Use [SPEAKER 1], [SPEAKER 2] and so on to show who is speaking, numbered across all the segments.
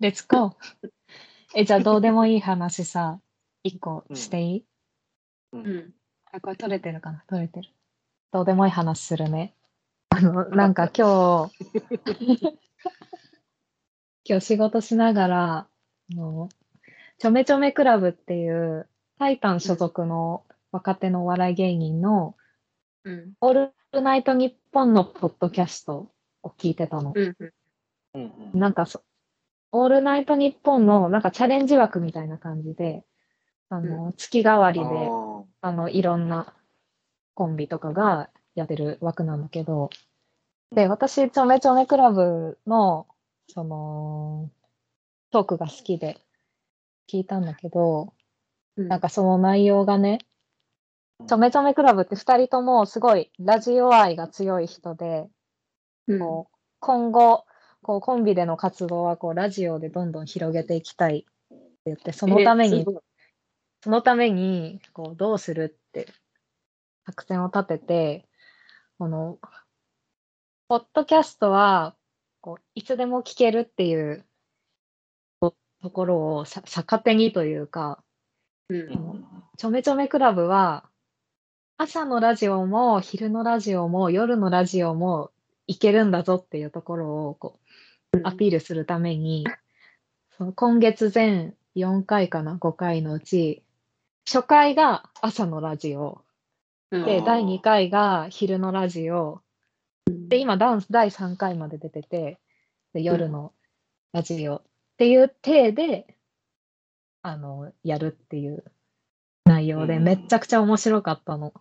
[SPEAKER 1] Let's go! え、じゃあどうでもいい話さ、一個していい、
[SPEAKER 2] うん。
[SPEAKER 1] あ、これ取れてるかな取れてる。どうでもいい話するね。あの、なんか今日、今日仕事しながら、あの、ちょめちょめクラブっていう、タイタン所属の若手のお笑い芸人の、
[SPEAKER 2] うん。
[SPEAKER 1] オールナイトニッポンのポッドキャストを聞いてたの。
[SPEAKER 2] うん。
[SPEAKER 3] うんうん
[SPEAKER 1] なんかそ、オールナイトニッポンのなんかチャレンジ枠みたいな感じで、あの、月替わりで、あの、いろんなコンビとかがやってる枠なんだけど、で、私、ちょめちょめクラブの、その、トークが好きで聞いたんだけど、
[SPEAKER 2] うん。
[SPEAKER 1] なんかその内容がね、
[SPEAKER 3] うん
[SPEAKER 1] ちょめちょめクラブって2人ともすごいラジオ愛が強い人で、
[SPEAKER 2] うん、
[SPEAKER 1] こう今後こうコンビでの活動はこうラジオでどんどん広げていきたいって言ってそのため
[SPEAKER 2] え
[SPEAKER 1] に
[SPEAKER 2] すごい
[SPEAKER 1] そのためにこうどうするって作戦を立ててこのポッドキャストはこういつでも聞けるっていうとところをさ逆手にというか
[SPEAKER 2] うん
[SPEAKER 1] ちょめちょめクラブは、朝のラジオも昼のラジオも夜のラジオもいけるんだぞっていうところをこうアピールするために、その今月全4回かな、5回のうち、初回が朝のラジオ、
[SPEAKER 2] うん
[SPEAKER 1] で、
[SPEAKER 3] あー
[SPEAKER 1] 第2回が昼のラジオ、で、今、ダンス第3回まで出てて、で夜のラジオっていう体で、あの、やるっていう内容で、
[SPEAKER 3] うん
[SPEAKER 1] めっちゃくちゃ面白かったの。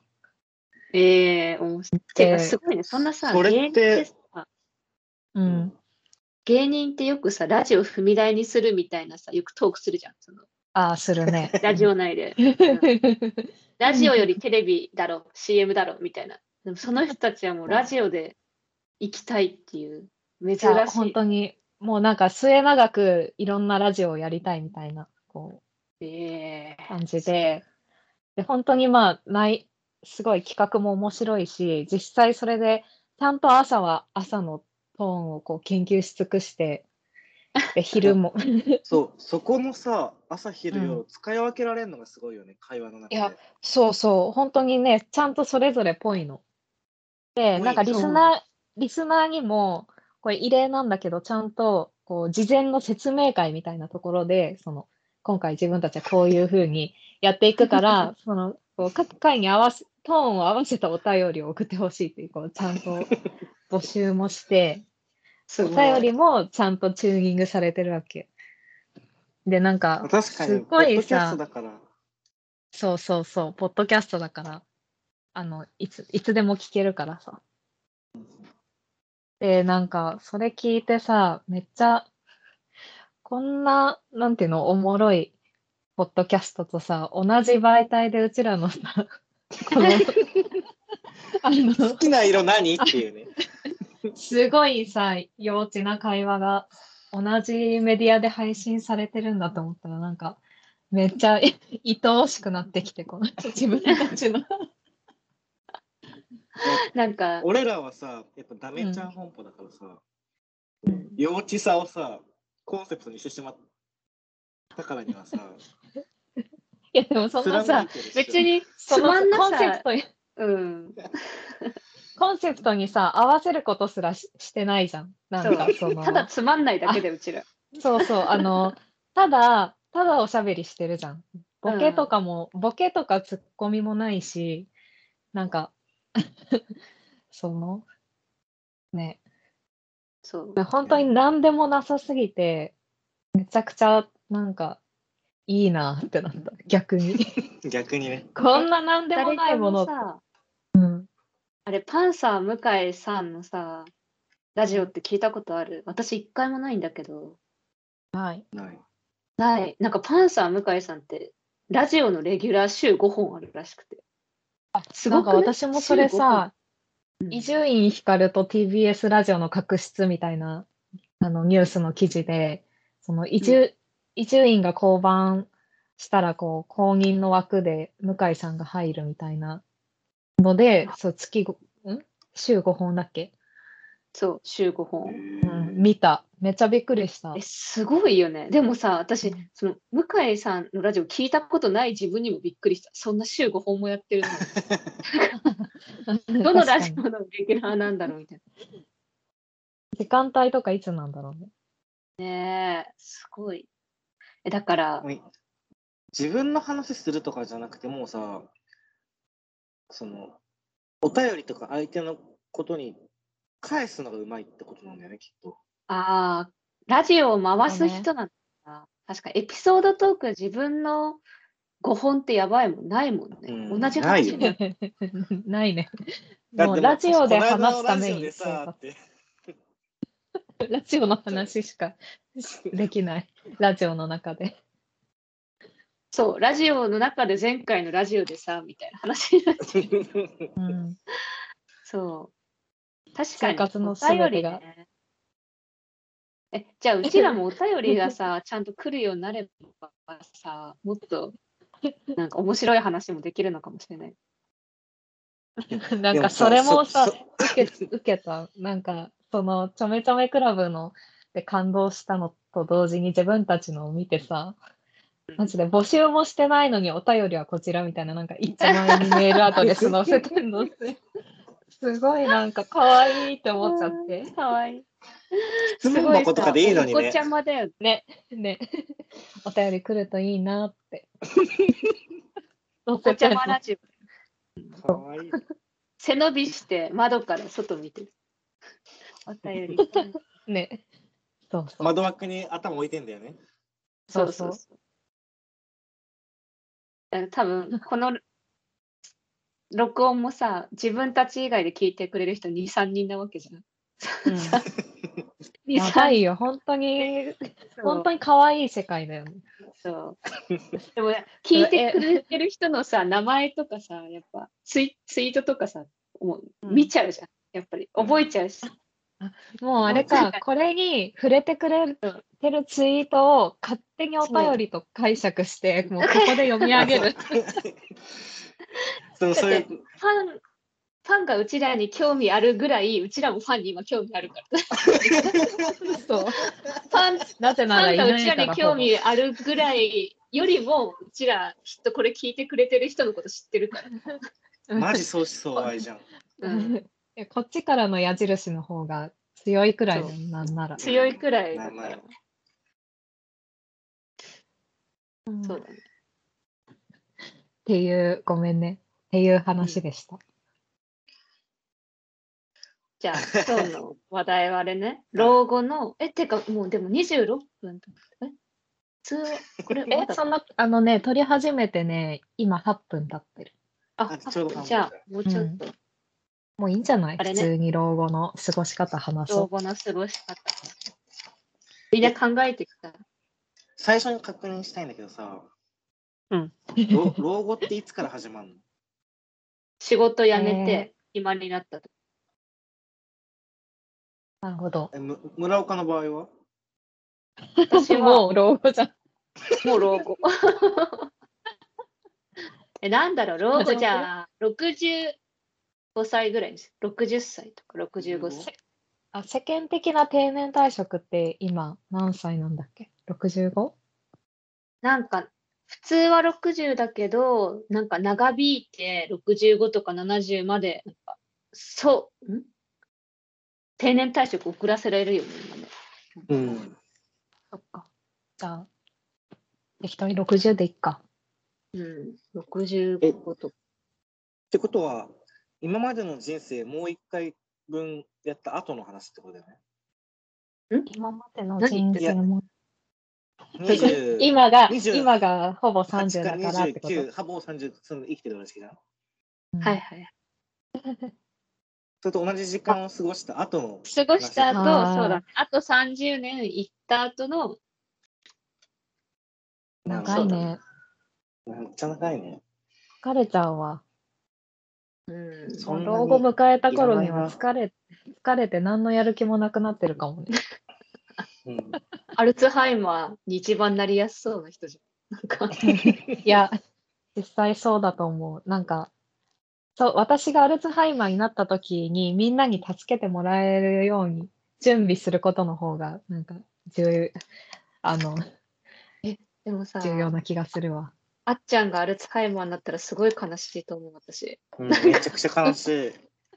[SPEAKER 2] えー、面白い。てかすごいね。そんなさ、
[SPEAKER 3] それって
[SPEAKER 2] 芸人ってさ、
[SPEAKER 1] う
[SPEAKER 3] うん
[SPEAKER 1] ん。
[SPEAKER 2] 芸人ってよくさ、ラジオ踏み台にするみたいなさ、よくトークするじゃん。その
[SPEAKER 1] ああ、するね。
[SPEAKER 2] ラジオ内で。 ラジオよりテレビだろ、CM だろ、みたいな。でもその人たちはもうラジオで行きたいっていう、珍し
[SPEAKER 1] いや
[SPEAKER 2] い
[SPEAKER 1] 本。当に、もうなんか末永くいろんなラジオをやりたいみたいな、こう、
[SPEAKER 2] えー
[SPEAKER 1] 感じで、で本当にまあない、すごい企画も面白いし、実際それで、ちゃんと朝は朝のトーンをこう研究し尽くして、で昼も。
[SPEAKER 3] そうそこのさ朝昼
[SPEAKER 1] う
[SPEAKER 3] 夜使い分けられるのがすごいよね、会話の中で
[SPEAKER 1] いやそうそう、本当にね、ちゃんとそれぞれぽいの。で、
[SPEAKER 3] ぽい
[SPEAKER 1] なんかリスナー、リスナーにも、これ異例なんだけど、ちゃんと、こう、事前の説明会みたいなところで、その、今回自分たちはこういうふうにやっていくから、その、こう各回に合わせ、トーンを合わせたお便りを送ってほしいっていう、こう、ちゃんと募集もして、
[SPEAKER 2] す
[SPEAKER 1] お
[SPEAKER 2] ごい
[SPEAKER 1] 便りもちゃんとチューニングされてるわけ。で、なんか、
[SPEAKER 3] 確かに
[SPEAKER 1] すごいさ
[SPEAKER 3] ポッドキャストだから
[SPEAKER 1] そうそうそう、ポッドキャストだから、あの、いつ、いつでも聞けるからさ。で、なんか、それ聞いてさ、めっちゃ、こんな、なんていうの、おもろい、ポッドキャストとさ、同じ媒体でうちらの さ、この、あ
[SPEAKER 3] 好
[SPEAKER 1] の、
[SPEAKER 3] きな色何っていう ね
[SPEAKER 1] すごいさ、幼稚な会話が、同じメディアで配信されてるんだと思ったら、なんか、めっちゃ、い 愛おしくなってきて、この、自分たちの。
[SPEAKER 2] なんか、
[SPEAKER 3] 俺らはさやっぱダメちゃん本舗だからさ、
[SPEAKER 2] うん
[SPEAKER 3] 幼稚さをさコンセプトにしてしまったからにはさ
[SPEAKER 1] いやでも そんなさ
[SPEAKER 3] 貫いてるし
[SPEAKER 1] 別にその
[SPEAKER 2] つまんな
[SPEAKER 1] コン
[SPEAKER 2] さ
[SPEAKER 1] セプトに
[SPEAKER 2] うん。
[SPEAKER 1] コンセプトにさ合わせることすらししてないじゃんなんかその
[SPEAKER 2] ただつまんないだけで、うちら。
[SPEAKER 1] そうそうあのただただおしゃべりしてるじゃんボケとかも、ボケとかツッコミもないしなんか そのね
[SPEAKER 2] そう。
[SPEAKER 1] 本当に何でもなさすぎてめちゃくちゃなんかいいなってなった逆 に
[SPEAKER 3] 逆にね
[SPEAKER 1] こんな何でもないもの
[SPEAKER 2] 誰かさ
[SPEAKER 1] うん
[SPEAKER 2] あれ、パンサー向井さんのさ、ラジオって聞いたことある私、一回もないんだけど。
[SPEAKER 1] はい
[SPEAKER 3] ない
[SPEAKER 2] ない。なんか、パンサー向井さんって、ラジオのレギュラー週5本あるらしくて。あ、す
[SPEAKER 1] なんか
[SPEAKER 2] ね
[SPEAKER 1] 私もそれさ、
[SPEAKER 2] うん
[SPEAKER 1] 伊集院光と TBS ラジオの確執みたいなあのニュースの記事で、その伊集伊集院が降板したらこう公認の枠で向井さんが入るみたいなので、そう月5ん週5本だっけ
[SPEAKER 2] そう、週5本。
[SPEAKER 1] うん、見た。めっちゃびっくりした
[SPEAKER 2] え。すごいよね。でもさ、私、その向井さんのラジオ聞いたことない自分にもびっくりした。そんな週5本もやって るの。どのラジオ
[SPEAKER 1] 確か
[SPEAKER 2] のレギュラーなんだろうみたい
[SPEAKER 1] に時間帯とかいつなんだろうね。
[SPEAKER 2] な。ねえ、すごい。えだから、
[SPEAKER 3] もうい自分の話するとかじゃなくてもうさそのお便りとか相手のことに返すのがうまいってことなんだよねきっと。
[SPEAKER 2] ああ、ラジオを回す人なんだな。確かに、エピソードトークは自分の5本ってやばいもん、ないもんね。
[SPEAKER 3] うん
[SPEAKER 2] 同じ
[SPEAKER 3] ない
[SPEAKER 2] 話
[SPEAKER 3] よ
[SPEAKER 2] に なる。
[SPEAKER 1] ないね。
[SPEAKER 3] だって
[SPEAKER 1] もうラジオで話すため
[SPEAKER 3] この間のラジオで
[SPEAKER 1] に
[SPEAKER 3] さって
[SPEAKER 1] ラジオの話し かできない。ラジオの中で。
[SPEAKER 2] そう、ラジオの中で前回のラジオでさ、みたいな話になっちゃう。
[SPEAKER 1] うん、
[SPEAKER 2] そう。確かに。
[SPEAKER 1] 生活の
[SPEAKER 2] お
[SPEAKER 1] 全
[SPEAKER 2] 便り
[SPEAKER 1] てが
[SPEAKER 2] ねえ、じゃあ、うちらもお便りがさ、ちゃんと来るようになればさ、もっと、なんか面白い話もできるのかもしれない。
[SPEAKER 1] なんかそれもさ、受け受けた。なんか、その、ちょめちょめクラブので感動したのと同時に自分たちのを見てさ、マジで募集もしてないのにお便りはこちらみたいな、なんか1万円にメールアドレス載せてんの って。すごいなんか可愛いって思っちゃって。
[SPEAKER 2] かわいい。
[SPEAKER 3] 質問箱とかでいいのに
[SPEAKER 2] お子
[SPEAKER 3] ね
[SPEAKER 2] ち。ゃまだよね。
[SPEAKER 1] ね、ね。お便り来るといいなって。 お
[SPEAKER 2] お子ちゃまラジオ。
[SPEAKER 3] かわいい。
[SPEAKER 2] 背伸びして窓から外見てる。お便り。
[SPEAKER 1] ね。そうそう。
[SPEAKER 3] 窓枠に頭置いてんだよね。
[SPEAKER 2] そうそうそう。だから多分この録音もさ、自分たち以外で聞いてくれる人2、3人なわけじゃん。
[SPEAKER 1] うん
[SPEAKER 2] 2、
[SPEAKER 1] やば
[SPEAKER 2] 3
[SPEAKER 1] いよ、本当に、
[SPEAKER 2] 人。
[SPEAKER 1] 本当に可愛い世界だよね。
[SPEAKER 2] そう。でもね、聞いてくれてる人のさ、名前とかさ、やっぱツイツイートとかさ、もう
[SPEAKER 1] うん
[SPEAKER 2] 見ちゃうじゃん。やっぱり覚えちゃうし。
[SPEAKER 1] もうあれか、これに触れてくれてるツイートを勝手にお便りと解釈して、もうここで読み上げ る。
[SPEAKER 3] そうそういう
[SPEAKER 2] ファン、ファンがうちらに興味あるぐらい、うちらもファンに今興味あるから。
[SPEAKER 1] そう。
[SPEAKER 2] ファン
[SPEAKER 1] なぜならい
[SPEAKER 2] なんかう
[SPEAKER 1] な
[SPEAKER 2] ち
[SPEAKER 1] い
[SPEAKER 2] ら
[SPEAKER 1] から
[SPEAKER 2] に興味あるぐらいよりも、うちらきっとこれ聞いてくれてる人のこと知ってるから。
[SPEAKER 1] ほぼ
[SPEAKER 3] マジ相思相愛じゃん。
[SPEAKER 2] うん
[SPEAKER 1] いやこっちからの矢印の方が強いくらいだよなんなら。
[SPEAKER 2] 強いくらいだ
[SPEAKER 3] 名
[SPEAKER 2] から
[SPEAKER 3] 前。。
[SPEAKER 1] うん
[SPEAKER 2] そう
[SPEAKER 1] っ
[SPEAKER 2] だね。
[SPEAKER 1] ていう、ごめんね。っていう話でした。
[SPEAKER 2] じゃあ、今日の話題はあれ ね、老後の、え、てか、もうでも26分とか、え通話、これ、まだ
[SPEAKER 1] え、そんな、あのね、撮り始めてね、今8分経ってる。
[SPEAKER 2] あ、
[SPEAKER 3] ちょうど半分
[SPEAKER 2] じゃあ、もうちょっと、
[SPEAKER 1] もういいんじゃない、
[SPEAKER 2] あれ
[SPEAKER 1] 普
[SPEAKER 2] ね
[SPEAKER 1] 通に老後の過ごし方話
[SPEAKER 2] 老
[SPEAKER 1] そ
[SPEAKER 2] 後の過ごし方。みんな考えてきた。
[SPEAKER 3] 最初に確認したいんだけどさ、
[SPEAKER 2] うん
[SPEAKER 3] 老老後っていつから始まるの
[SPEAKER 2] 仕事辞め
[SPEAKER 1] え
[SPEAKER 2] て、暇になったと。
[SPEAKER 1] う。なるほ ど。
[SPEAKER 3] えむ村岡の場合は
[SPEAKER 2] 私は
[SPEAKER 1] もう老後じゃん。
[SPEAKER 2] もう老後。 え、なんだろう、老後じゃあ、65歳ぐらいです。60歳とか65歳。
[SPEAKER 1] あ、世間的な定年退職って今何歳なんだっけ ?65?
[SPEAKER 2] なんか、普通は60だけど、なんか長引いて65とか70まで、なんかそう、ん定年退職遅らせられるよね、今ね。
[SPEAKER 3] うん。
[SPEAKER 1] そっか。じゃあ、適当に60でいっか。
[SPEAKER 2] うん、65と
[SPEAKER 3] っ
[SPEAKER 2] か。
[SPEAKER 3] てことは、今までの人生もう一回分やった後の話ってことだよね。
[SPEAKER 1] 今までの
[SPEAKER 2] 何
[SPEAKER 1] 人
[SPEAKER 3] いや
[SPEAKER 1] 生も。
[SPEAKER 3] 28
[SPEAKER 1] 今が、
[SPEAKER 3] 20
[SPEAKER 1] 今がほぼ
[SPEAKER 3] か
[SPEAKER 1] 30だからってこと。
[SPEAKER 3] 29、ハボ30、その生きてる話じゃん。
[SPEAKER 1] うん
[SPEAKER 2] はいはい。
[SPEAKER 3] それと同じ時間を過ごした後の、
[SPEAKER 2] 過ごした後、
[SPEAKER 1] あー
[SPEAKER 2] そうだね。あと30年行った後の、
[SPEAKER 1] 長いね。
[SPEAKER 3] めっちゃ長いね。
[SPEAKER 1] 疲れちゃうわ。
[SPEAKER 2] うん、
[SPEAKER 3] そんなに
[SPEAKER 1] 老後迎えた頃には疲れ、疲れて何のやる気もなくなってるかもね。
[SPEAKER 3] うん、
[SPEAKER 2] アルツハイマーに一番なりやすそうな 人じゃん。なんか、
[SPEAKER 1] いや、実際そうだと思う。なんか、そう、私がアルツハイマーになった時にみんなに助けてもらえるように準備することの方が、なんか、重、あの、
[SPEAKER 2] でもさ、
[SPEAKER 1] 重要な気がするわ。
[SPEAKER 2] あっちゃんがアルツハイマーになったらすごい悲しいと思う、私。
[SPEAKER 3] うん、めちゃくちゃ悲しい。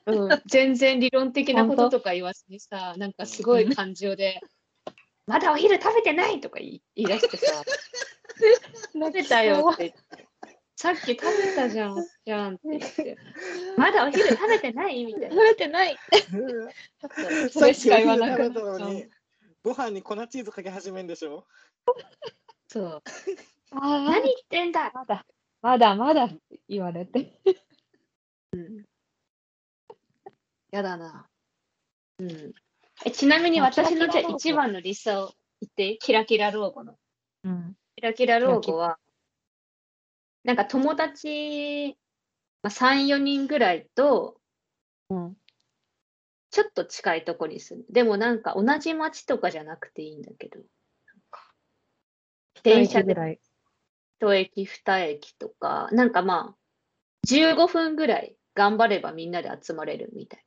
[SPEAKER 2] うん、全然理論的なこととか言わずにさ、なんかすご
[SPEAKER 1] うん
[SPEAKER 2] い感情で、 まだお昼食べてないとか言い言い出してさ、 食べたよって言って。さっき食べたじゃん、あっちゃんって言って。 まだお昼食べてないみたいな。
[SPEAKER 1] 食べてない そ
[SPEAKER 3] さっ
[SPEAKER 1] れ
[SPEAKER 3] き
[SPEAKER 1] しか言わな
[SPEAKER 3] お
[SPEAKER 1] く
[SPEAKER 3] 昼食べ
[SPEAKER 1] なった
[SPEAKER 3] の
[SPEAKER 1] た
[SPEAKER 3] に。ご飯に粉チーズかけ始めんでしょ
[SPEAKER 2] そう。
[SPEAKER 1] あ
[SPEAKER 2] 何言ってんだ
[SPEAKER 1] あ、まだ、まだ、まだって言われて。
[SPEAKER 2] やだな。うん。えちなみに私のじゃあ一番の理想言っていいキラキラ老後の。
[SPEAKER 1] うん。
[SPEAKER 2] キラキラ老後は、なんか友達、まあ、3、4人ぐらいと、
[SPEAKER 1] うん
[SPEAKER 2] ちょっと近いとこに住む。でもなんか同じ町とかじゃなくていいんだけど。なんか電車
[SPEAKER 1] ぐ
[SPEAKER 2] で
[SPEAKER 1] らい。
[SPEAKER 2] 一駅、二駅とか、なんかまあ、15分ぐらい頑張ればみんなで集まれるみたい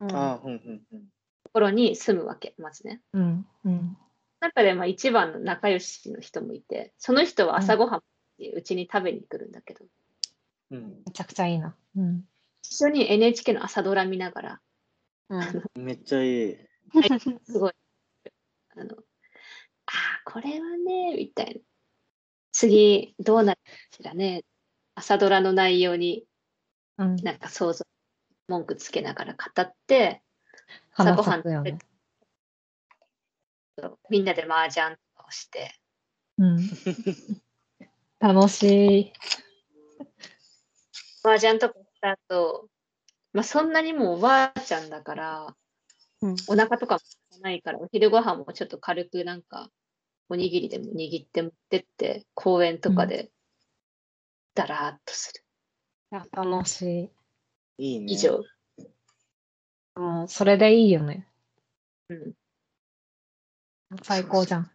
[SPEAKER 2] な
[SPEAKER 1] うん
[SPEAKER 3] ああ、うんうんうん。
[SPEAKER 2] ところに住むわけ、まずね。
[SPEAKER 1] うん。うん。
[SPEAKER 2] 中でまあ一番の仲良しの人もいて、その人は朝ごはんうちに食べに来るんだけど、
[SPEAKER 3] うん
[SPEAKER 1] めちゃくちゃいいな。うん。
[SPEAKER 2] 一緒に NHK の朝ドラ見ながら、
[SPEAKER 3] めっちゃいい。
[SPEAKER 2] すごい、あの、ああ、これはね、みたいな。次、どうなるかしらね。朝ドラの内容に
[SPEAKER 1] うん。
[SPEAKER 2] なんか想像、文句つけながら語って、朝ご
[SPEAKER 1] 花
[SPEAKER 2] はん
[SPEAKER 1] 咲くよね。
[SPEAKER 2] みんなで麻雀をして、
[SPEAKER 1] うん。楽しい。
[SPEAKER 2] 麻雀とかした後、まあ、そんなにもうおばあちゃんだから、
[SPEAKER 1] うん
[SPEAKER 2] お腹とかもないから、お昼ご飯もちょっと軽くなんか、おにぎりでも握って持ってって、公園とかで、だらーっとする。
[SPEAKER 1] 楽しい。
[SPEAKER 3] いいね。
[SPEAKER 2] 以上。。
[SPEAKER 1] もう、それでいいよね。
[SPEAKER 2] うん。
[SPEAKER 1] 最高じゃん。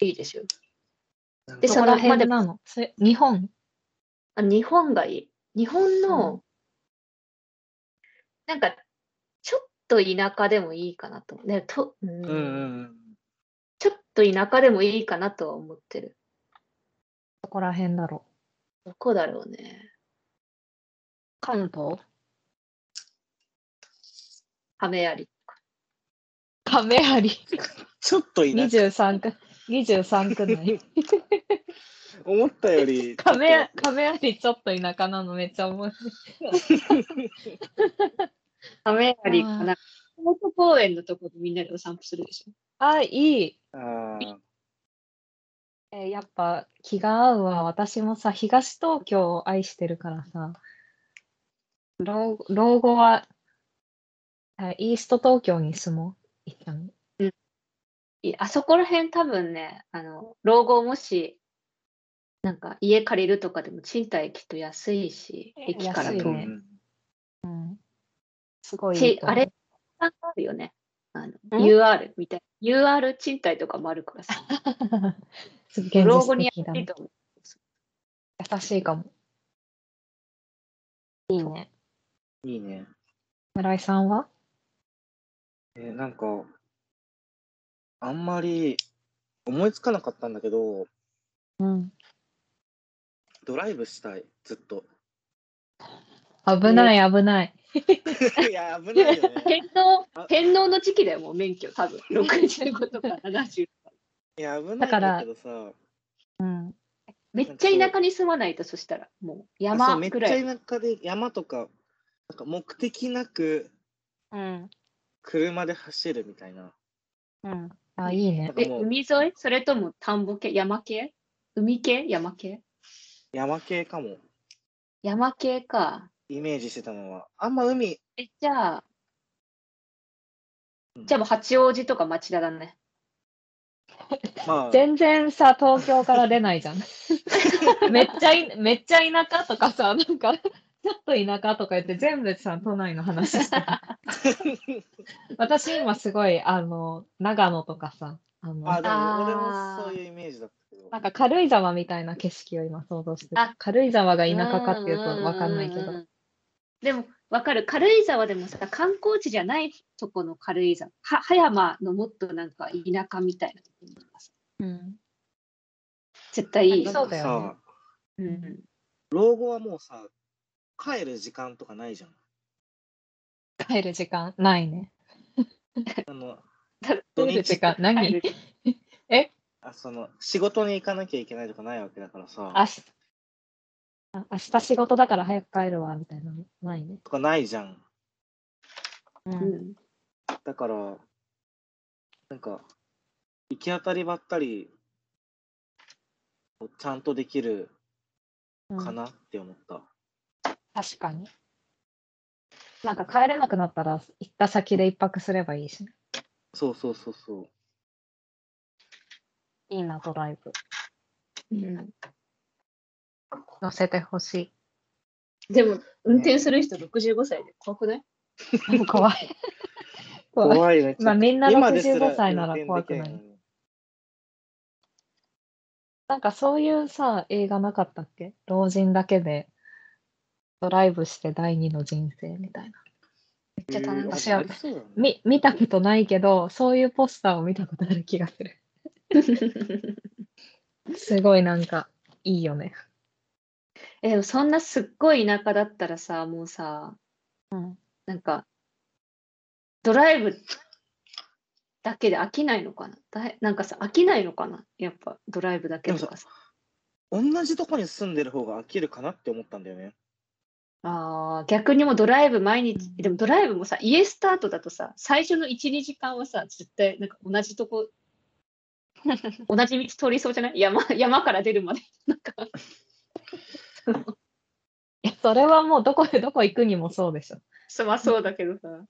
[SPEAKER 2] いいでしょ。
[SPEAKER 1] で、
[SPEAKER 2] で
[SPEAKER 1] そこ
[SPEAKER 2] そ
[SPEAKER 1] ら
[SPEAKER 2] のまあで
[SPEAKER 1] 辺
[SPEAKER 2] も
[SPEAKER 1] なの。それ日本。
[SPEAKER 2] あ日本がいい。日本の、
[SPEAKER 1] う
[SPEAKER 2] なんか、ちょっと田舎でもいいかなと思う。ねとうん
[SPEAKER 3] うんうん
[SPEAKER 2] ちょっと田舎でもいいかなとは思ってる。
[SPEAKER 1] そこら辺だろう。
[SPEAKER 2] どこだろうね。
[SPEAKER 1] 関東
[SPEAKER 2] 亀有とか。
[SPEAKER 1] 亀有。
[SPEAKER 3] ちょっといな
[SPEAKER 1] 23区。23区内。
[SPEAKER 3] 思ったよ り。
[SPEAKER 1] 亀亀有ちょっと田舎なのめっちゃ面白い。
[SPEAKER 2] 亀有か
[SPEAKER 1] あ
[SPEAKER 2] な。京都公園のとこでみんなでお散歩するでしょ。
[SPEAKER 1] あ、いい。
[SPEAKER 3] ああ。
[SPEAKER 1] えーやっぱ気が合うわ。私もさ、東東京を愛してるからさ、老老後は、はいイースト東京に住もう。一旦
[SPEAKER 2] いあそこら辺多分ね、あの、老後もし、なんか家借りるとかでも賃貸きっと安いし、
[SPEAKER 1] え
[SPEAKER 2] 駅から
[SPEAKER 1] 安い
[SPEAKER 2] 遠
[SPEAKER 1] ね
[SPEAKER 2] い
[SPEAKER 1] すごいいい
[SPEAKER 2] し、
[SPEAKER 1] と思
[SPEAKER 2] あ
[SPEAKER 1] う
[SPEAKER 2] れ、あるよね。あの
[SPEAKER 1] ん
[SPEAKER 2] UR みたいな。UR 賃貸とかもあるからさ。
[SPEAKER 1] す現
[SPEAKER 2] 老後
[SPEAKER 1] 実
[SPEAKER 2] にや
[SPEAKER 1] 的だ
[SPEAKER 2] いい
[SPEAKER 1] ね。
[SPEAKER 2] と思う。
[SPEAKER 1] 優しいかも。いいね。
[SPEAKER 3] いいね。
[SPEAKER 1] 村井さんは
[SPEAKER 3] えーなんか、あんまり思いつかなかったんだけど、
[SPEAKER 1] うん。
[SPEAKER 3] ドライブしたい、ずっと。
[SPEAKER 1] 危ない、危ない。
[SPEAKER 3] いや、危ないよね。
[SPEAKER 2] 天皇
[SPEAKER 3] あ、
[SPEAKER 2] 天皇の時期だよ、もう免許、多 分65とか70。
[SPEAKER 3] いや、危な
[SPEAKER 1] だ
[SPEAKER 3] いん
[SPEAKER 1] から
[SPEAKER 3] だけどさ。
[SPEAKER 1] うん。
[SPEAKER 2] めっちゃ田舎に住まないと、そしたら、もう
[SPEAKER 3] そ
[SPEAKER 2] 山
[SPEAKER 3] うめっ
[SPEAKER 2] ぐ
[SPEAKER 3] ち
[SPEAKER 2] らい。
[SPEAKER 3] ゃ田舎で山とか、なんか目的なく
[SPEAKER 1] うん。
[SPEAKER 3] 車で走るみたいな。
[SPEAKER 1] うん。あ、いいね
[SPEAKER 3] なん。か
[SPEAKER 2] え、
[SPEAKER 3] もう
[SPEAKER 2] 海沿いそれとも田んぼ系山系海系山系
[SPEAKER 3] 山系かも、
[SPEAKER 2] 山系か。
[SPEAKER 3] イメージしてたのは。あんま海、
[SPEAKER 2] え、じゃあ
[SPEAKER 3] う、ん
[SPEAKER 2] じゃあもう八王子とか町田だね。
[SPEAKER 3] まあ、
[SPEAKER 1] 全然さ、東京から出ないじゃん。 めっちゃい、めっちゃ田舎とかさ、なんか、ちょっと田舎とか言って、全部さ、都内の話してる 私今すごい、あの、長野とかさ、あの、
[SPEAKER 3] あ、で
[SPEAKER 2] あー
[SPEAKER 3] も俺もそういうイメージだったけど。
[SPEAKER 1] なんか軽井沢みたいな景色を今想像してる
[SPEAKER 2] あ
[SPEAKER 1] 軽井沢が田舎かっていうと分かんないけど
[SPEAKER 2] う、んでも、わかる。軽井沢でもさ、観光地じゃないとこの軽井沢。は、葉山のもっとなんか田舎みたいなとこにいます。
[SPEAKER 1] うん。
[SPEAKER 2] 絶対いい。
[SPEAKER 1] そうだよね
[SPEAKER 3] なんかさ
[SPEAKER 2] うん。
[SPEAKER 3] 老後はもうさ、帰る時間とかないじゃん。
[SPEAKER 1] 帰る時間ないね。
[SPEAKER 3] あの、
[SPEAKER 1] 帰る時間何
[SPEAKER 3] あその仕事に行かなきゃいけないとかないわけだからさ、
[SPEAKER 1] 明日あ明日仕事だから早く帰るわみたいなのないね。
[SPEAKER 3] とかないじゃん。
[SPEAKER 1] う
[SPEAKER 2] う。ん。
[SPEAKER 3] だから、なんか、行き当たりばったり、ちゃんとできるかなって思った。
[SPEAKER 1] 確かに。なんか帰れなくなったら行った先で一泊すればいいしね。
[SPEAKER 3] そうそうそうそう。
[SPEAKER 1] いいなドライブ。
[SPEAKER 2] うん
[SPEAKER 1] 乗せてほし
[SPEAKER 2] でも、運転する人65歳で怖くない
[SPEAKER 1] い。 怖い。怖い。
[SPEAKER 3] 怖いね。
[SPEAKER 1] まあみんな
[SPEAKER 3] 今ですら
[SPEAKER 1] 65歳なら怖くない。なんかそういうさ、映画なかったっけ老人だけでドライブして第二の人生みたいな。
[SPEAKER 3] 運転できないのに。
[SPEAKER 1] 私は
[SPEAKER 3] えーあそうだね
[SPEAKER 1] み見たことないけど、そういうポスターを見たことある気がす る。すごいなんかいいよね。
[SPEAKER 2] え、でもそんなすっごい田舎だったらさ、もうさ、
[SPEAKER 1] うん
[SPEAKER 2] なんか、ドライブだけで飽きないのかなだいなんかさ、飽きないのかなやっぱドライブだけとかさ。
[SPEAKER 3] 同じとこに住んでる方が飽きるかなって思ったんだよね。
[SPEAKER 2] ああ、逆にもうドライブ毎日、
[SPEAKER 1] うん
[SPEAKER 2] でもドライブもさ、家スタートだとさ、最初の1、2時間はさ、絶対なんか同じ とこ、同じ道通りそうじゃない山山から出るまで。なんか、
[SPEAKER 1] いやそれはもうどこへどこ行くにもそうでしょ。
[SPEAKER 2] そまあそうだけどさ。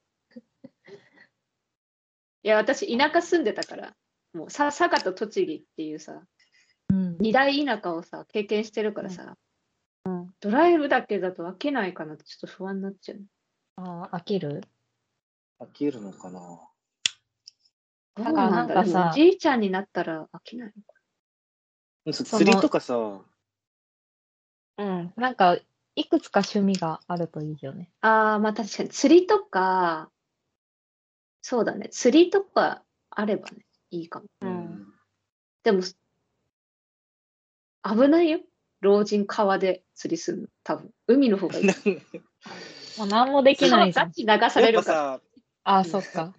[SPEAKER 2] いや、私、田舎住んでたから、もうさ佐賀と栃木っていうさ、
[SPEAKER 1] うん、
[SPEAKER 2] 二大田舎をさ、経験してるからさ、
[SPEAKER 1] うん
[SPEAKER 2] ドライブだけだと飽きないかなってちょっと不安になっちゃう。
[SPEAKER 1] あー飽きる
[SPEAKER 3] 飽きるのかな
[SPEAKER 1] だからなんかさ
[SPEAKER 2] どうだろうでもおじいちゃんになったら飽きないのか
[SPEAKER 3] そ
[SPEAKER 1] その
[SPEAKER 3] 釣りとかさ、
[SPEAKER 1] うん。なんかいくつか趣味があるといいよね。
[SPEAKER 2] な。ああー、まあ確かに、釣りとか、そうだね、釣りとかあればね、いいかも。
[SPEAKER 1] うん
[SPEAKER 2] でも、危ないよ。老人川で釣りするの、多分。海の方がいい。
[SPEAKER 1] もう何もできないじゃ
[SPEAKER 2] ガ
[SPEAKER 1] ん。
[SPEAKER 2] チ流さ
[SPEAKER 3] やっ
[SPEAKER 2] れ
[SPEAKER 3] ぱ
[SPEAKER 2] るから。
[SPEAKER 3] さ、
[SPEAKER 1] あーそっ か。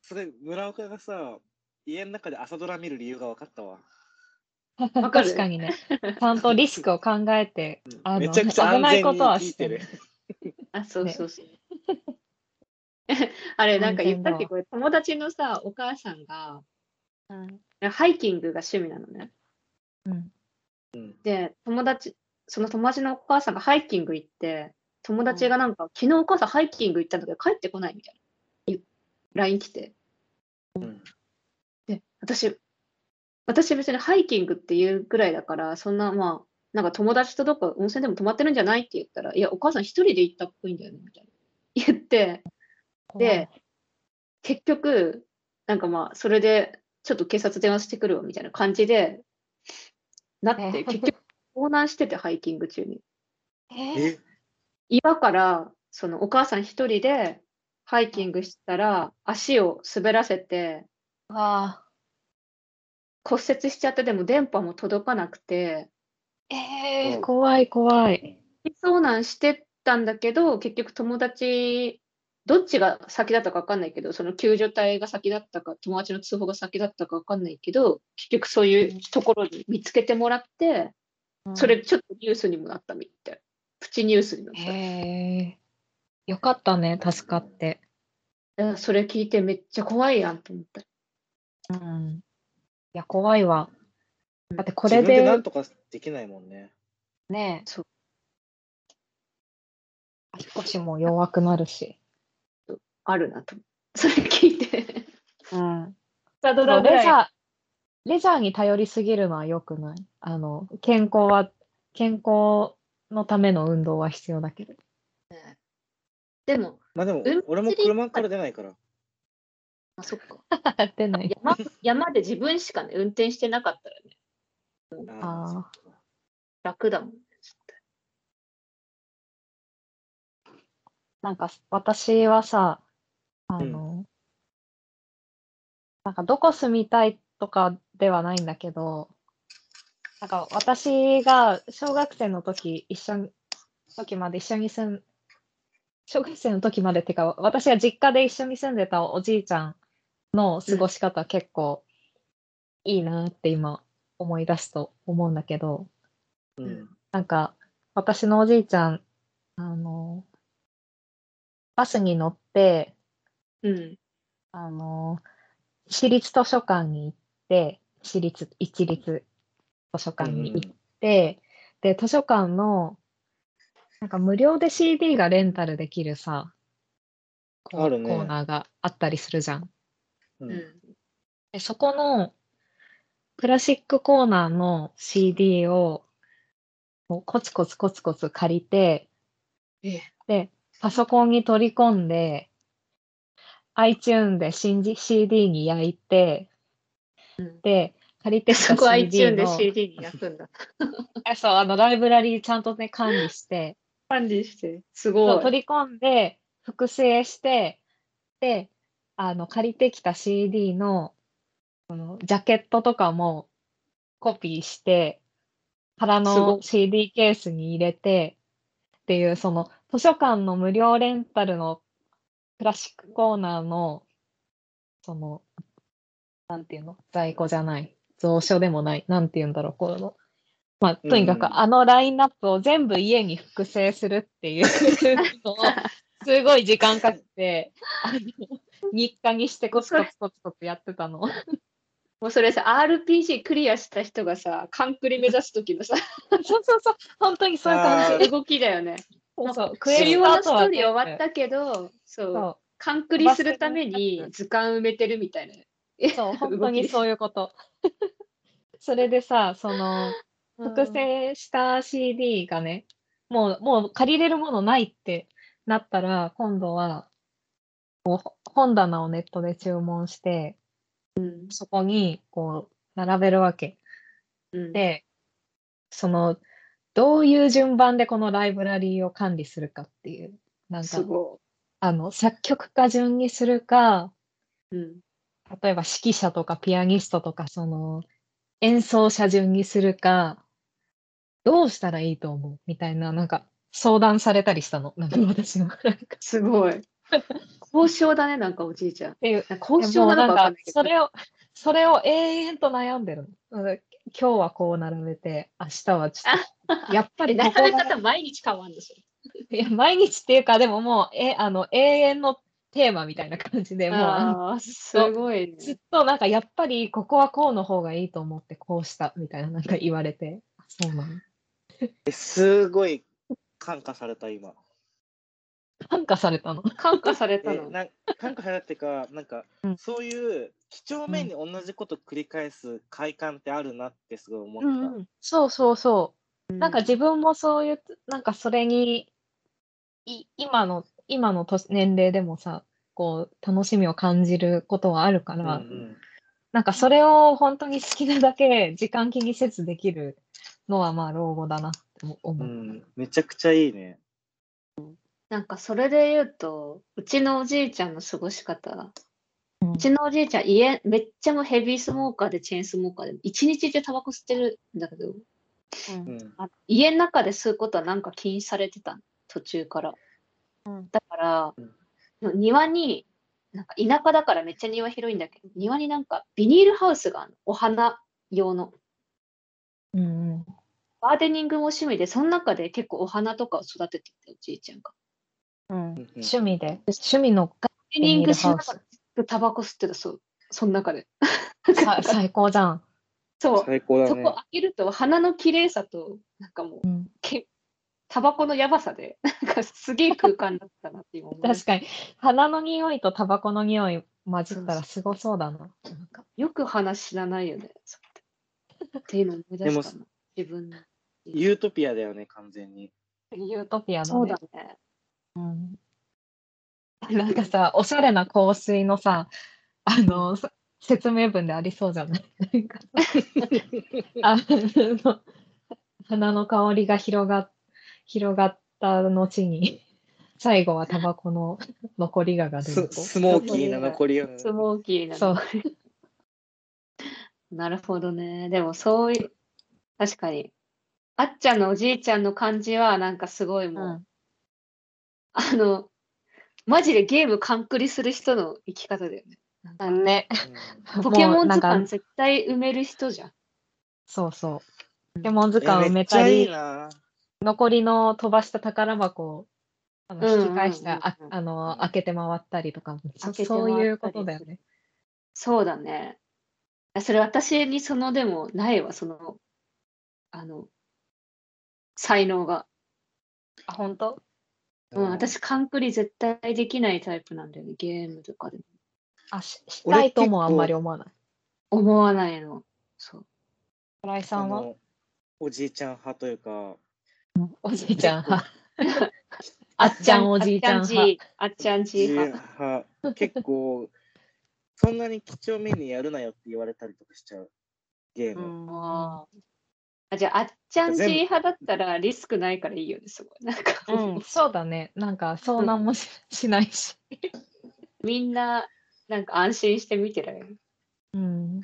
[SPEAKER 3] それ村岡がさ、家の中で朝ドラ見る理由が分かったわ。
[SPEAKER 2] わかる
[SPEAKER 1] 確かにね。ちゃんとリスクを考えて、あ
[SPEAKER 3] め
[SPEAKER 1] の
[SPEAKER 3] ちゃくちゃ
[SPEAKER 1] 危
[SPEAKER 3] 安
[SPEAKER 1] ない
[SPEAKER 3] 全
[SPEAKER 1] こ
[SPEAKER 3] に
[SPEAKER 1] とは
[SPEAKER 3] 聞い
[SPEAKER 1] してて
[SPEAKER 3] る
[SPEAKER 1] る。。
[SPEAKER 2] あ、そう
[SPEAKER 1] ね
[SPEAKER 2] そうそう。 あれ、なんか言ったっ
[SPEAKER 1] 安全だ
[SPEAKER 2] け
[SPEAKER 1] わ
[SPEAKER 2] これ、友達のさ、お母さんが、
[SPEAKER 1] うん
[SPEAKER 2] ハイキングが趣味なのね。
[SPEAKER 1] うん
[SPEAKER 3] うん
[SPEAKER 2] で、友達、その友達のお母さんがハイキング行って、友達がなんか、昨日お母さんハイキング行ったんだけど帰ってこないみたいな。LINE 来て。
[SPEAKER 3] うん
[SPEAKER 2] で、私、私別にハイキングっていうぐらいだから、そんなまあ、なんか友達とどっか温泉でも泊まってるんじゃないって言ったら、いや、お母さん一人で行ったっぽいんだよね、みたいな。言って、で、結局、なんかまあ、それで、ちょっと警察電話してくるわみたいな感じで、なって、
[SPEAKER 1] え
[SPEAKER 2] 結局、盗難してて、ハイキング中に。
[SPEAKER 1] え
[SPEAKER 3] え
[SPEAKER 2] 岩から、そのお母さん一人で、ハイキングしたら、足を滑らせて、
[SPEAKER 1] わ
[SPEAKER 2] 骨折しちゃって、でも電波も届かなくて、
[SPEAKER 1] ーえ
[SPEAKER 3] う
[SPEAKER 1] ー、
[SPEAKER 3] ん
[SPEAKER 1] 怖い怖い。
[SPEAKER 2] 遭難してたんだけど、結局友達、どっちが先だったか分かんないけど、その救助隊が先だったか、友達の通報が先だったか分かんないけど、結局そういうところに見つけてもらって、それちょっとニュースにもなったみたい。プチニュースになっ
[SPEAKER 1] うん。
[SPEAKER 2] た。
[SPEAKER 1] へえ。よかったね、助かって。
[SPEAKER 2] だからそれ聞いてめっちゃ怖いやんと思った。
[SPEAKER 1] うん。いや、怖いわ。だってこ
[SPEAKER 3] こ
[SPEAKER 1] れ
[SPEAKER 3] れでな
[SPEAKER 1] で
[SPEAKER 3] んとかできないもんね。
[SPEAKER 1] ね、
[SPEAKER 2] そう
[SPEAKER 1] 足腰も弱くなるし。
[SPEAKER 2] あるなと思った。それ聞いて。
[SPEAKER 1] うん。
[SPEAKER 2] サド
[SPEAKER 1] レジ
[SPEAKER 2] い
[SPEAKER 1] ャー、レジャーに頼りすぎるのは良くない。あの、健康は、健康のための運動は必要だけど。
[SPEAKER 2] でも、
[SPEAKER 3] まあでも
[SPEAKER 2] うん、
[SPEAKER 3] 俺も車から出ないから。
[SPEAKER 2] あ、そっか。
[SPEAKER 1] 出ない。
[SPEAKER 2] 山山で自分しかね、運転してなかったらね、
[SPEAKER 1] あ
[SPEAKER 3] ー
[SPEAKER 2] 楽だもん。
[SPEAKER 1] なんか私はさ、あの、なんかどこ住みたいとかではないんだけど、なんか私が小学生の時、一緒に、時まで一緒に住ん、小学生の時までってか、私が実家で一緒に住んでたおじいちゃんの過ごし方結構いいなって今思い出すと思うんだけど、
[SPEAKER 3] うん。
[SPEAKER 1] なんか、私のおじいちゃん、あの、バスに乗って、
[SPEAKER 2] うん。
[SPEAKER 1] あの、私立図書館に行って、私立、一律図書館に行って、で、図書館の、なんか無料で CD がレンタルできるさ、こう
[SPEAKER 3] あるね
[SPEAKER 1] コーナーがあったりするじゃん。
[SPEAKER 3] う。
[SPEAKER 2] うんん。
[SPEAKER 1] でそこのクラシックコーナーの CD をこうコツコツコツコツ借りて、
[SPEAKER 2] ええ
[SPEAKER 1] で、パソコンに取り込んで、iTune で新じ CD に焼いて、
[SPEAKER 2] うん
[SPEAKER 1] で、借りてきた
[SPEAKER 2] そこ
[SPEAKER 1] CD
[SPEAKER 2] iTune で
[SPEAKER 1] の、
[SPEAKER 2] CD に焼くんだ。
[SPEAKER 1] あそう、あの、ライブラリーちゃんとね、管理して、
[SPEAKER 2] 管理して。す
[SPEAKER 1] そう
[SPEAKER 2] ごい。
[SPEAKER 1] 取り込んで、複製して、で、あの、借りてきた CD の、このジャケットとかもコピーして、空
[SPEAKER 2] す
[SPEAKER 1] の
[SPEAKER 2] ご
[SPEAKER 1] CD ケースに入れて、っていう、その、図書館の無料レンタルのクラシックコーナーの、その、なんていうの在庫じゃない。蔵書でもない。なんていうんだろう、この。まあ、とにか
[SPEAKER 3] うんうん
[SPEAKER 1] くあのラインナップを全部家に複製するって いうのを、すごい時間かけて、あの日課にしてコツコツコツコツやってたの。
[SPEAKER 2] もうそれさ、RPG クリアした人がさ、カンクリ目指す時のさ、
[SPEAKER 1] そうそうそう。本当にそういう感じ。
[SPEAKER 2] 動きだよね。
[SPEAKER 1] そうそう。ク
[SPEAKER 2] 主
[SPEAKER 1] エス
[SPEAKER 2] 要
[SPEAKER 1] ト
[SPEAKER 2] の
[SPEAKER 1] あ
[SPEAKER 2] ス
[SPEAKER 1] と
[SPEAKER 2] ト
[SPEAKER 1] は
[SPEAKER 2] ーリー終わったけど、そう、
[SPEAKER 1] そ
[SPEAKER 2] カンクリするために図鑑埋めてるみたいな。
[SPEAKER 1] う。そう、本当にそういうこと。それでさ、その、複製した CD がね、もう、もう借りれるものないってなったら、今度は、こう本棚をネットで注文して、
[SPEAKER 2] うん。
[SPEAKER 1] そこに、こう、並べるわけ。
[SPEAKER 2] うん、
[SPEAKER 1] で、その、どういう順番でこのライブラリーを管理するかっていう、なん
[SPEAKER 2] す
[SPEAKER 1] か、
[SPEAKER 2] ご
[SPEAKER 1] あの、作曲家順にするか、
[SPEAKER 2] い。うん。
[SPEAKER 1] 例えば指揮者とかピアニストとか、その、演奏者順にするか、どうしたらいいと思うみたいな、なんか、相談されたりしたの。なんか私の。なんか
[SPEAKER 2] すご い。交渉だね、なんかおじいちゃん。
[SPEAKER 1] っていう。
[SPEAKER 2] 交渉なのかわかんないけど。
[SPEAKER 1] それを、それを永遠と悩んでるの。うん今日はこう並べて、明日はちょっと、やっぱりここ
[SPEAKER 2] 並べ
[SPEAKER 1] が
[SPEAKER 2] 方毎日変わんでし
[SPEAKER 1] いや毎日っていうか、でももう、え、あの、永遠のテーマみたいな感じで、
[SPEAKER 2] ょ。
[SPEAKER 1] もうあの、
[SPEAKER 2] ああ、すごい
[SPEAKER 1] ず
[SPEAKER 2] ね
[SPEAKER 1] っ。となんかやっぱりここはこうの方がいいと思ってこうしたみたいななんか言われて、あそうなの。
[SPEAKER 3] えすごい感化された今。
[SPEAKER 1] 感化されたの。
[SPEAKER 2] 感化された
[SPEAKER 3] え
[SPEAKER 2] の。
[SPEAKER 3] なん感化されたっていうか、なんか、そういう、几帳面に同じこと繰り返す快感ってあるなってすごい思った。
[SPEAKER 1] そうそうそう。
[SPEAKER 2] な
[SPEAKER 1] なんか自分もそういう、なんかそれに、い今の、今の年年齢でもさ、こう、楽しみを感じることはあるか
[SPEAKER 3] うん
[SPEAKER 1] ら、
[SPEAKER 3] うん
[SPEAKER 1] なんかそれを本当に好きなだけ時間気にせずできるのはまあ老後だなって思
[SPEAKER 3] う
[SPEAKER 1] う。
[SPEAKER 3] ん、めちゃくちゃいいね。
[SPEAKER 2] なんかそれで言うと、うちのおじいちゃんの過ごし方、うちのおじいちゃん家、めっちゃもうヘビースモーカーでチェーンスモーカーで、一日中タバコ吸ってるんだけど、
[SPEAKER 1] うん
[SPEAKER 3] うん、
[SPEAKER 2] あ家の中で吸うことはなんか禁止されてたの途中から。
[SPEAKER 1] うん
[SPEAKER 2] だから
[SPEAKER 3] うん、
[SPEAKER 2] 庭に、なんか田舎だからめっちゃ庭広いんだけど、庭になんかビニールハウスがあるの、お花用の。
[SPEAKER 1] うんうん
[SPEAKER 2] ガーデニングも趣味で、その中で結構お花とかを育ててて、おじいちゃんが。
[SPEAKER 1] うん
[SPEAKER 3] うん
[SPEAKER 1] 趣味で、趣味の
[SPEAKER 2] ガーデニングしな
[SPEAKER 1] ビニール
[SPEAKER 2] がらタバコ吸ってた、そう。その中で。
[SPEAKER 1] さ最高じゃん。
[SPEAKER 2] そう。
[SPEAKER 3] 最高だ
[SPEAKER 2] そ
[SPEAKER 3] ね
[SPEAKER 2] こ。開けると花の綺麗さと、なんかもう、
[SPEAKER 1] うん
[SPEAKER 2] けタバコのやばさで、 なんかすげえ空間だったなって今思う。
[SPEAKER 1] 確かに、花の匂いとタバコの匂い混じったらすごそうだな。なんか
[SPEAKER 2] よく話知らないよね。そうやってっていうのを思い出したの。自分の。
[SPEAKER 3] ユートピアだよね、完全に。
[SPEAKER 1] ユートピアだね。
[SPEAKER 2] そうだね。
[SPEAKER 1] うんなんかさ、おしゃれな香水のさ、あの、さ説明文でありそうじゃないなんかあの花の香りが広が広がった後に、最後はタバコの残りがが出
[SPEAKER 3] ス
[SPEAKER 1] ると。
[SPEAKER 3] スモーキーな残りを。
[SPEAKER 2] スモーキーなの
[SPEAKER 1] そう。
[SPEAKER 2] なるほどね。でもそういう、確かに。あっちゃんのおじいちゃんの感じは、なんかすごいもう、
[SPEAKER 1] うん
[SPEAKER 2] あの、マジでゲーム完クリする人の生き方だよね。
[SPEAKER 1] あのね。
[SPEAKER 2] ポケモ
[SPEAKER 1] も
[SPEAKER 2] ン図
[SPEAKER 1] うなん
[SPEAKER 2] 鑑
[SPEAKER 1] か
[SPEAKER 2] 絶対埋める人じゃん。
[SPEAKER 1] そうそう。ポケモン図
[SPEAKER 3] うんいや
[SPEAKER 1] 鑑埋
[SPEAKER 3] め
[SPEAKER 1] め
[SPEAKER 3] っちゃ
[SPEAKER 1] た
[SPEAKER 3] いい
[SPEAKER 1] り、
[SPEAKER 3] な。
[SPEAKER 1] 残りの飛ばした宝箱をあの
[SPEAKER 2] うん
[SPEAKER 1] 引き返して、あ
[SPEAKER 2] うんうんうん
[SPEAKER 1] あの、開けて回ったりとかも、そ
[SPEAKER 2] 開けて回った
[SPEAKER 1] そ
[SPEAKER 2] り
[SPEAKER 1] ういうことだよね。
[SPEAKER 2] そうだね。あそれ私にそのでもないわ、その、あの、才能が。
[SPEAKER 1] あ、本当
[SPEAKER 2] うん、私、カンクリ絶対できないタイプなんだよね、ゲームとかでも。
[SPEAKER 1] あし、したいともあんまり思わない。
[SPEAKER 2] 思わないの。そう。
[SPEAKER 1] 村井さ
[SPEAKER 3] あ
[SPEAKER 1] んは
[SPEAKER 3] の、おじいちゃん派というか、
[SPEAKER 1] おじいちゃん派。 あっちゃんおじいちゃん派。
[SPEAKER 2] あっちゃん
[SPEAKER 3] じ
[SPEAKER 2] じ
[SPEAKER 3] い
[SPEAKER 2] い派。
[SPEAKER 3] 派、結構、そんなに几帳面にやるなよって言われたりとかしちゃうゲーム。
[SPEAKER 1] あ
[SPEAKER 2] あじゃあ、あっちゃんじい
[SPEAKER 3] 全部
[SPEAKER 2] 派だったらリスクないからいいよね、すごい。なんか、
[SPEAKER 1] ーうん、そうだね。なんか、遭難もししないし。
[SPEAKER 2] みんな、なんか安心して見てられる。
[SPEAKER 1] うん、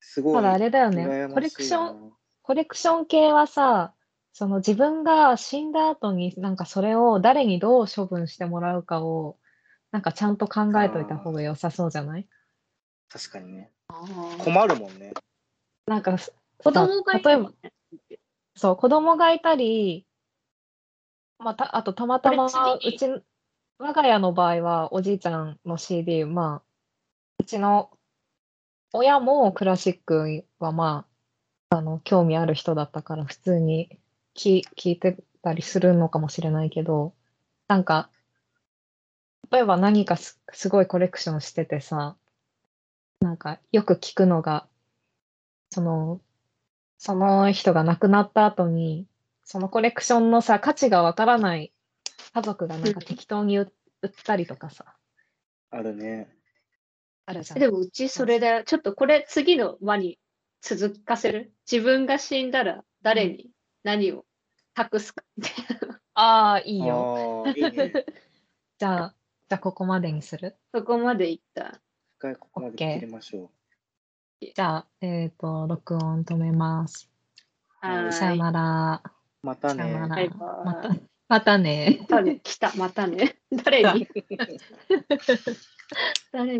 [SPEAKER 3] すごい。
[SPEAKER 1] ただあれだよ
[SPEAKER 3] 羨ましい
[SPEAKER 1] ね。
[SPEAKER 3] な
[SPEAKER 1] コレクション、。コレクション系はさ、その自分が死んだ後に、なんかそれを誰にどう処分してもらうかを、なんかちゃんと考えといた方が良さそうじゃない
[SPEAKER 3] 確かにね。
[SPEAKER 2] あ
[SPEAKER 3] 困るもんね。
[SPEAKER 1] なんかす、
[SPEAKER 2] 子供がいてもね
[SPEAKER 1] そう、子供がいたり、また、あとたまたま、う
[SPEAKER 2] これ次に
[SPEAKER 1] ち、我が家の場合は、おじいちゃんの CD、まあ、うちの親もクラシックはまあ、あの、興味ある人だったから、普通に聞聞いてたりするのかもしれないけど、なんか、例えば何かすすごいコレクションしててさ、なんかよく聞くのが、その、その人が亡くなった後に、そのコレクションのさ、価値がわからない家族がなんか
[SPEAKER 2] うん
[SPEAKER 1] 適当に売売ったりとかさ、
[SPEAKER 3] あるね。
[SPEAKER 1] あるじゃん。
[SPEAKER 2] でも、うちそれだよ。ちょっとこれ、次の輪に続かせる。自分が死んだら、誰に何を託すかみたいな。
[SPEAKER 1] ああ、い
[SPEAKER 3] い
[SPEAKER 1] いよ。。
[SPEAKER 3] い いね。
[SPEAKER 1] じゃあ、じゃあここまでにする
[SPEAKER 2] そこまでいった。
[SPEAKER 3] 一回ここまで切りましょ
[SPEAKER 1] じゃあ、えっ、と、録音止めます。
[SPEAKER 3] は
[SPEAKER 2] はい
[SPEAKER 3] い
[SPEAKER 1] さよなら。
[SPEAKER 3] う。また
[SPEAKER 1] さよ
[SPEAKER 3] ね。
[SPEAKER 1] な
[SPEAKER 2] バイ
[SPEAKER 1] ら。
[SPEAKER 2] バ
[SPEAKER 1] また、ま
[SPEAKER 2] イ
[SPEAKER 1] た ね。
[SPEAKER 2] またね、来た、またね。誰に誰に